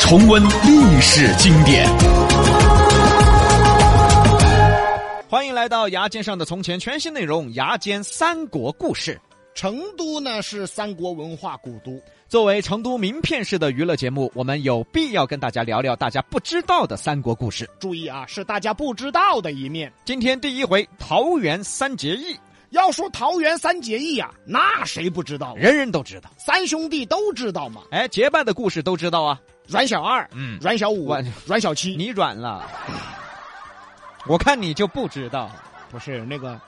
重温历史经典。欢迎来到《牙尖上的从前》全新内容《牙尖三国故事》。成都呢是三国文化古都。作为成都名片式的娱乐节目，我们有必要跟大家聊聊大家不知道的三国故事。注意啊，是大家不知道的一面。今天第一回桃园三结义，要说桃园三结义啊，那谁不知道？啊人人都知道，三兄弟都知道嘛。哎，结拜的故事都知道啊。阮小二，嗯阮小五阮，阮小七，你软了，我看你就不知道，不是那个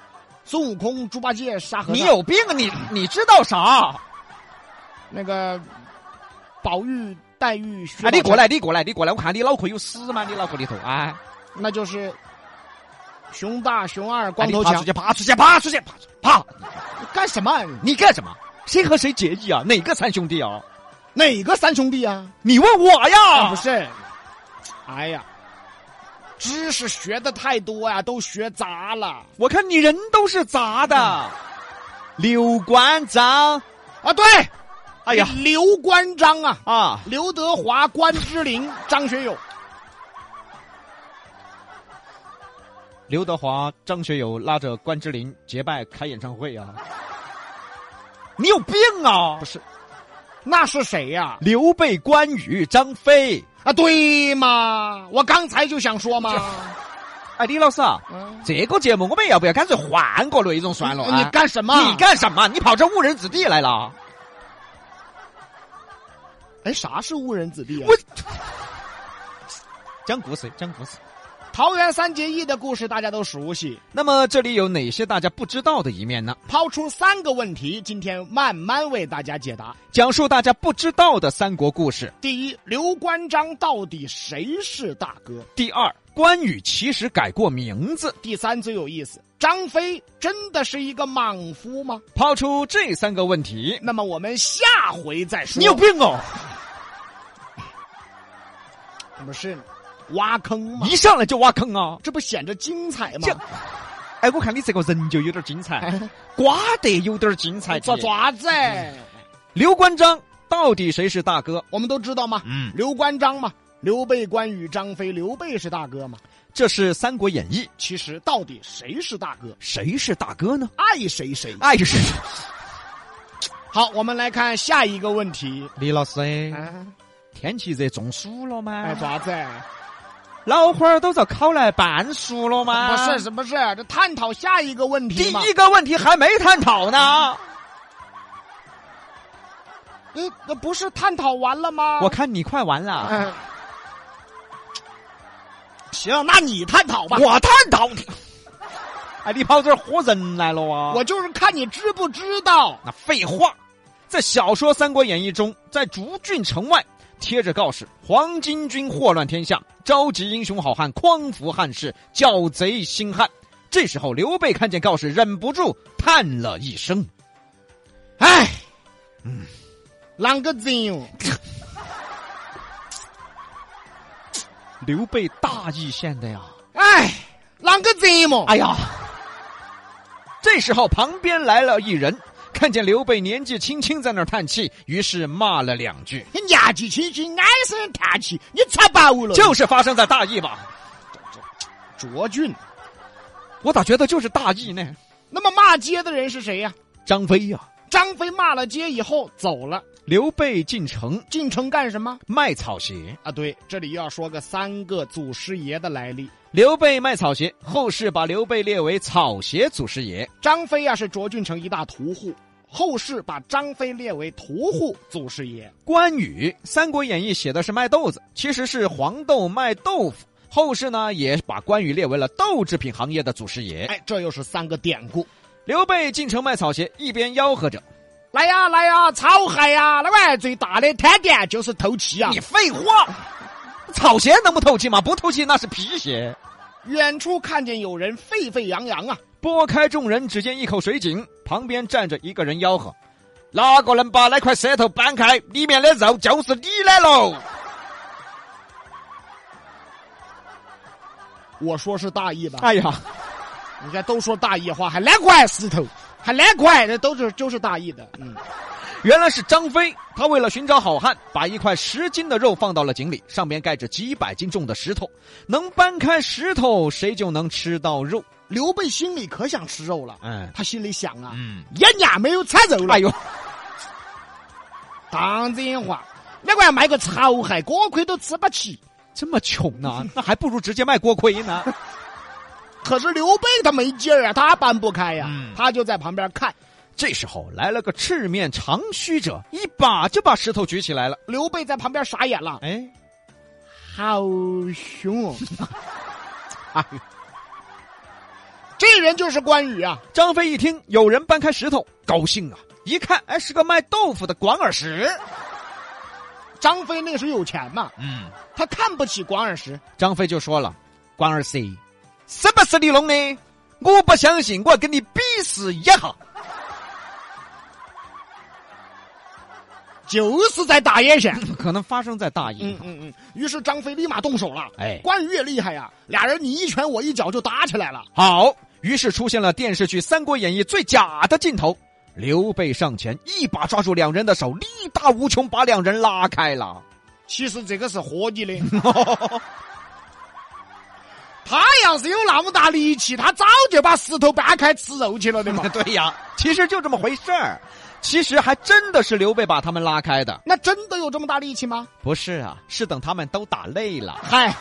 孙悟空、猪八戒、沙和尚，你有病啊！你你知道啥？啊，那个宝玉、黛玉、薛宝啊哎你过钗，来，你过来，你过来，我看你脑壳有屎吗？你脑壳里头啊！那就是熊大、熊二、哎光你头爬强出，去，爬出去，爬出去，爬出去，爬！干什么？啊你干什么？谁和谁结义啊？哪个三兄弟啊？哪个三兄弟啊？你问我呀？不是，哎呀，知识学的太多呀、都学杂了我看你人都是杂的。刘关张，啊！对，哎呀刘关张啊，啊，刘德华、关之琳、张学友，刘德华、张学友拉着关之琳结拜开演唱会啊！你有病啊不！是，那是谁呀、刘备、关羽、张飞，啊，对嘛，我刚才就想说嘛。哎，李老师啊，嗯这个节目我们要不要干脆换个内容算了、啊？你干什么？你？干什么？你跑这误人子弟来了？哎，啥是误人子弟啊？我讲故事，讲故事。桃园三结义的故事大家都熟悉，那么这里有哪些大家不知道的一面呢？抛出三个问题，今天慢慢为大家解答。讲述大家不知道的三国故事。第一，刘关张到底谁是大哥？第二，关羽其实改过名字。第三，最有意思，张飞真的是一个莽夫吗？抛出这三个问题，那么我们下回再说。病哦！不是挖坑吗？一上来就挖坑啊！这不显着精彩吗这？哎，我看你这个人就有点精彩，哎瓜哎得有点精彩。抓爪子，哎嗯刘关张到底谁是大哥？我们都知道吗？嗯，刘关张嘛，刘备、关羽、张飞，刘备是大哥嘛。这是《三国演义》，其实到底谁是大哥，谁是大哥呢？爱谁谁。爱哎是好，我们来看下一个问题。李老师，哎啊，天气热中暑了吗哎，？爪子，脑花儿都遭烤来半熟了吗？啊不是，是不是？这探讨下一个问哎第题嘛。一个问题还没探讨啊呢。一，嗯那不是探讨完了吗？我看你快完了，嗯，行，那你探讨吧。我探讨你。哎，你跑这儿唬人来了啊！我就是看你知不知道。那废话，在小说《三国演义》中，在竹郡城外贴着告示：“黄巾军祸乱天下，召集英雄好汉，匡扶汉室，剿贼兴汉。”这时候，刘备看见告示，忍不住叹了一声哎，嗯，啷个真哟？：“刘备大义县的呀！”哎，啷个真嘛？哎呀！这时候旁边来了一人，看见刘备年纪轻轻在那儿叹气，于是骂了两句，年纪轻轻唉声叹气，你太把我了。就是发生在大义吧？卓俊。我咋觉得就是大义呢？那么骂街的人是谁呀、张飞呀、张飞骂了街以后走了，刘备进城进城干什么？卖草鞋，啊，对，这里又要说个三个祖师爷的来历。刘备卖草鞋，后世把刘备列为草鞋祖师爷。张飞啊是涿郡城一大屠户，后世把张飞列为屠户祖师爷。关羽，《三国演义》写的是卖豆子，其实是黄豆卖豆腐。后世呢，也把关羽列为了豆制品行业的祖师爷。哎，这又是三个典故。刘备进城卖草鞋，一边吆喝着来呀来呀，草海呀，那外最大的摊店就是头七啊！废话！草鞋能不透气吗？不透气那是皮鞋。远处看见有人沸沸扬扬啊，拨开众人，只见一口水井，旁边站着一个人吆喝：“哪个能把那块石头搬开？里面的肉就是你的喽我说是大意！”吧，哎呀，人家都说大意话，还难怪石头，还难怪，这都是就是大意的。嗯，原来是张飞，他为了寻找好汉，把一块十斤的肉放到了井里，上面盖着几百斤重的石头，能搬开石头，谁就能吃到肉。刘备心里可想吃肉了，嗯他心里想啊，嗯，一年没有吃肉了哎，呦，当真话，难怪卖个潮海锅盔都吃不起。这么穷呢、那还不如直接卖锅盔呢。可是刘备他没劲儿啊，他搬不开呀、嗯他就在旁边看。这时候来了个赤面长须者，一把就把石头举起来了。刘备在旁边傻眼了，哎，好凶、 哦！哎这人就是关羽啊！张飞一听有人搬开石头，高兴啊！一看，哎，是个卖豆腐的管耳石。张飞那时候有钱嘛，嗯，他看不起管耳石，张飞就说了：“管耳石，是不是你弄的？我不相信，我要跟你比试一下。就是在打野险。” 可能发生在大嗯营。嗯嗯。于是张飞立马动手了。哎关羽也厉害呀、俩人你一拳我一脚就打起来了。好，于是出现了电视剧《三国演义》最假的镜头。刘备上前一把抓住两人的手，力大无穷，把两人拉开了。。其实这个是合计的。他要是有那么大力气，他早就把石头搬开吃肉去了的嘛 对呀，其实就这么回事儿。其实还真的是刘备把他们拉开的，那真的有这么大力气吗？不是啊，是等他们都打累了，嗨，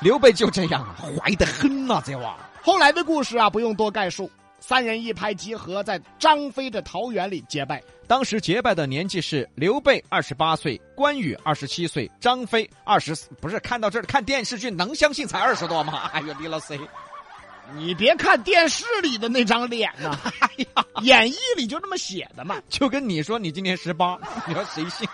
刘备就这样啊，坏得很呐、这娃。后来的故事啊，不用多概述。三人一拍即合，在张飞的桃园里结拜。当时结拜的年纪是刘备二十八岁，关羽二十七岁，张飞二十四。不是看到这儿看电视剧能相信才二十多吗？哎 呦，李老师，你别看电视里的那张脸 呐、哎呀，演义里就这么写的嘛。就跟你说你今年十八，你说谁 信？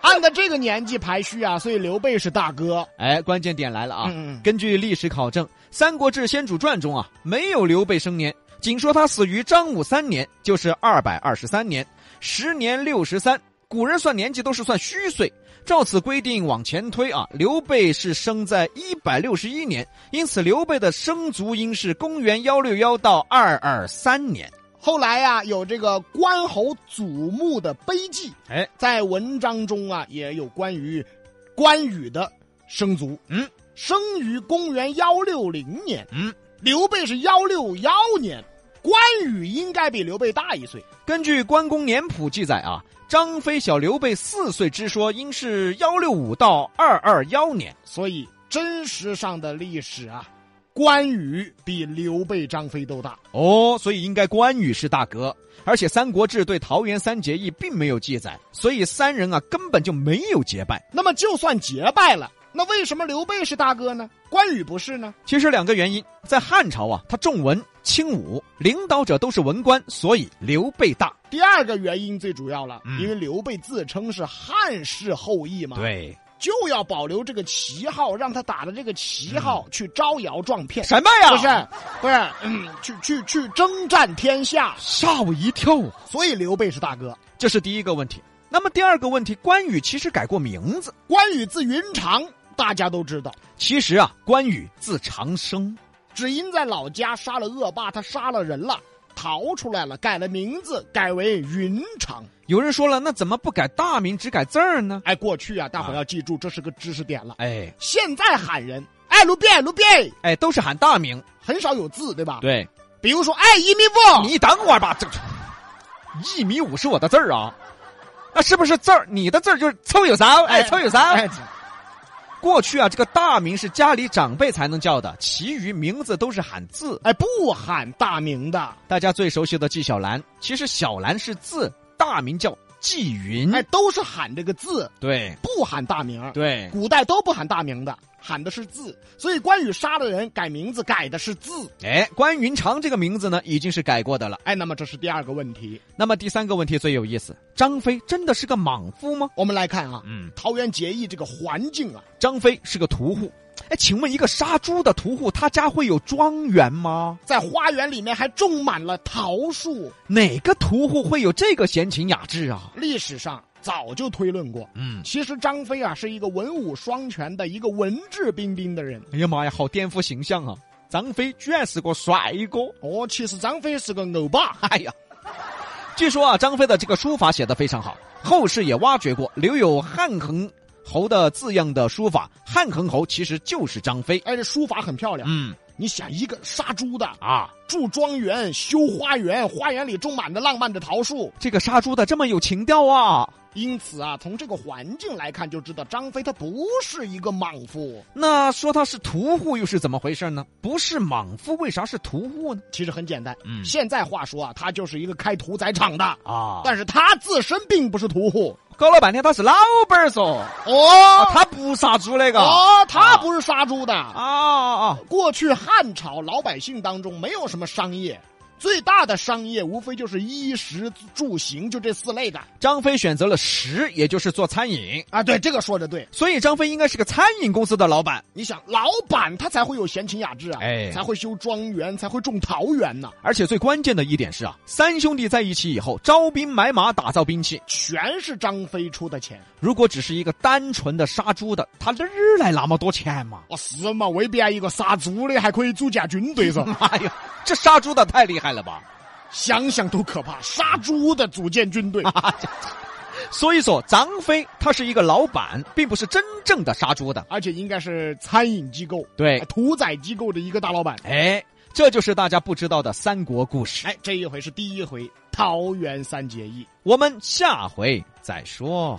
按照这个年纪排序啊，所以刘备是大哥。哎，关键点来了啊！嗯嗯根据历史考证，《三国志·先主传》中啊，没有刘备生年，仅说他死于张武三年，就是二百二十三年，时年六十三。古人算年纪都是算虚岁，照此规定往前推啊，刘备是生在一百六十一年，因此刘备的生卒应是公元幺六幺到二二三年。后来啊，有这个关侯祖墓的碑记，哎，在文章中啊也有关于关羽的生卒。嗯，生于公元幺六零年。嗯，刘备是幺六幺年，关羽应该比刘备大一岁。根据《关公年谱》记载啊，张飞小刘备四岁之说，应是幺六五到二二幺年。所以真实上的历史啊，关羽比刘备、张飞都大。哦，所以应该关羽是大哥，而且《三国志》对桃园三结义并没有记载，所以三人啊根本就没有结拜。那么就算结拜了，那为什么刘备是大哥呢？关羽不是呢？其实两个原因，在汉朝啊，他重文轻武，领导者都是文官，所以刘备大。第二个原因最主要了，嗯因为刘备自称是汉室后裔嘛，，对，就要保留这个旗号，让他打着这个旗号去招摇撞骗，什么呀？不是，不是，嗯，去去去征战天下，吓我一跳啊！所以刘备是大哥。这是第一个问题。那么第二个问题，关羽其实改过名字。关羽字云长，大家都知道，其实啊，关羽字长生，只因在老家杀了恶霸，他杀了人了，逃出来了，改了名字，改为云长。有人说了，那怎么不改大名，只改字儿呢？哎，过去啊，大伙要记住，这是个知识点了。哎现在喊人，哎，卢变，卢变，哎，都是喊大名。很少有字，对吧？对，比如说，哎，一米 五，你等会儿吧，这一米五是我的字儿啊，那是不是字儿？你的字儿就是凑有啥？哎，凑有啥？哎，过去啊，这个大名是家里长辈才能叫的，其余名字都是喊字。哎，不喊大名的，大家最熟悉的纪晓岚，其实小岚是字，大名叫纪云。哎，都是喊这个字，对不喊大名儿。嗯对，古代都不喊大名的，喊的是字。所以关羽杀了人，改名字改的是字。哎，关云长这个名字呢，已经是改过的了。哎，那么这是第二个问题。那么第三个问题最有意思，张飞真的是个莽夫吗？我们来看啊，嗯，桃园结义这个环境啊，张飞是个屠户。哎，请问一个杀猪的屠户，他家会有庄园吗？在花园里面还种满了桃树。哪个屠户会有这个闲情雅致啊？历史上早就推论过，嗯，其实张飞啊是一个文武双全的一个文质彬彬的人。哎呀妈呀，好颠覆形象啊！张飞居然是个帅哥。哦，其实张飞是个欧巴。哎呀，据说啊，张飞的这个书法写得非常好，后世也挖掘过留有汉横侯的字样的书法，汉横侯其实就是张飞。哎，这书法很漂亮。嗯你想一个杀猪的，啊，住庄园、修花园，花园里种满了浪漫的桃树。这个杀猪的这么有情调啊，因此啊，从这个环境来看，就知道张飞他不是一个莽夫。那说他是屠户又是怎么回事呢？不是莽夫，为啥是屠户呢？其实很简单，嗯现在话说啊，他就是一个开屠宰场的，啊，但是他自身并不是屠户。搞了半天他是老板儿说，哦啊，他不杀猪那个。哦，他啊不是杀猪的。啊啊啊！过去汉朝老百姓当中没有什么商业，最大的商业无非就是衣食住行，就这四类的张飞选择了食，也就是做餐饮，啊。对，这个说的对。所以张飞应该是个餐饮公司的老板。你想，老板他才会有闲情雅致啊，哎才会修庄园，才会种桃园呐、而且最关键的一点是啊，三兄弟在一起以后，招兵买马，打造兵器。全是张飞出的钱。如果只是一个单纯的杀猪的，他哪儿来那么多钱嘛？ 哦，是嘛？未必啊，一个杀猪的还可以组建军队 噻，妈呀，哎这杀猪的太厉害了吧！想想都可怕。杀猪的组建军队，所以说，张飞他是一个老板，并不是真正的杀猪的。而且应该是餐饮机构、对，屠宰机构的一个大老板。哎，这就是大家不知道的三国故事。哎，这一回是第一回桃园三结义。我们下回再说。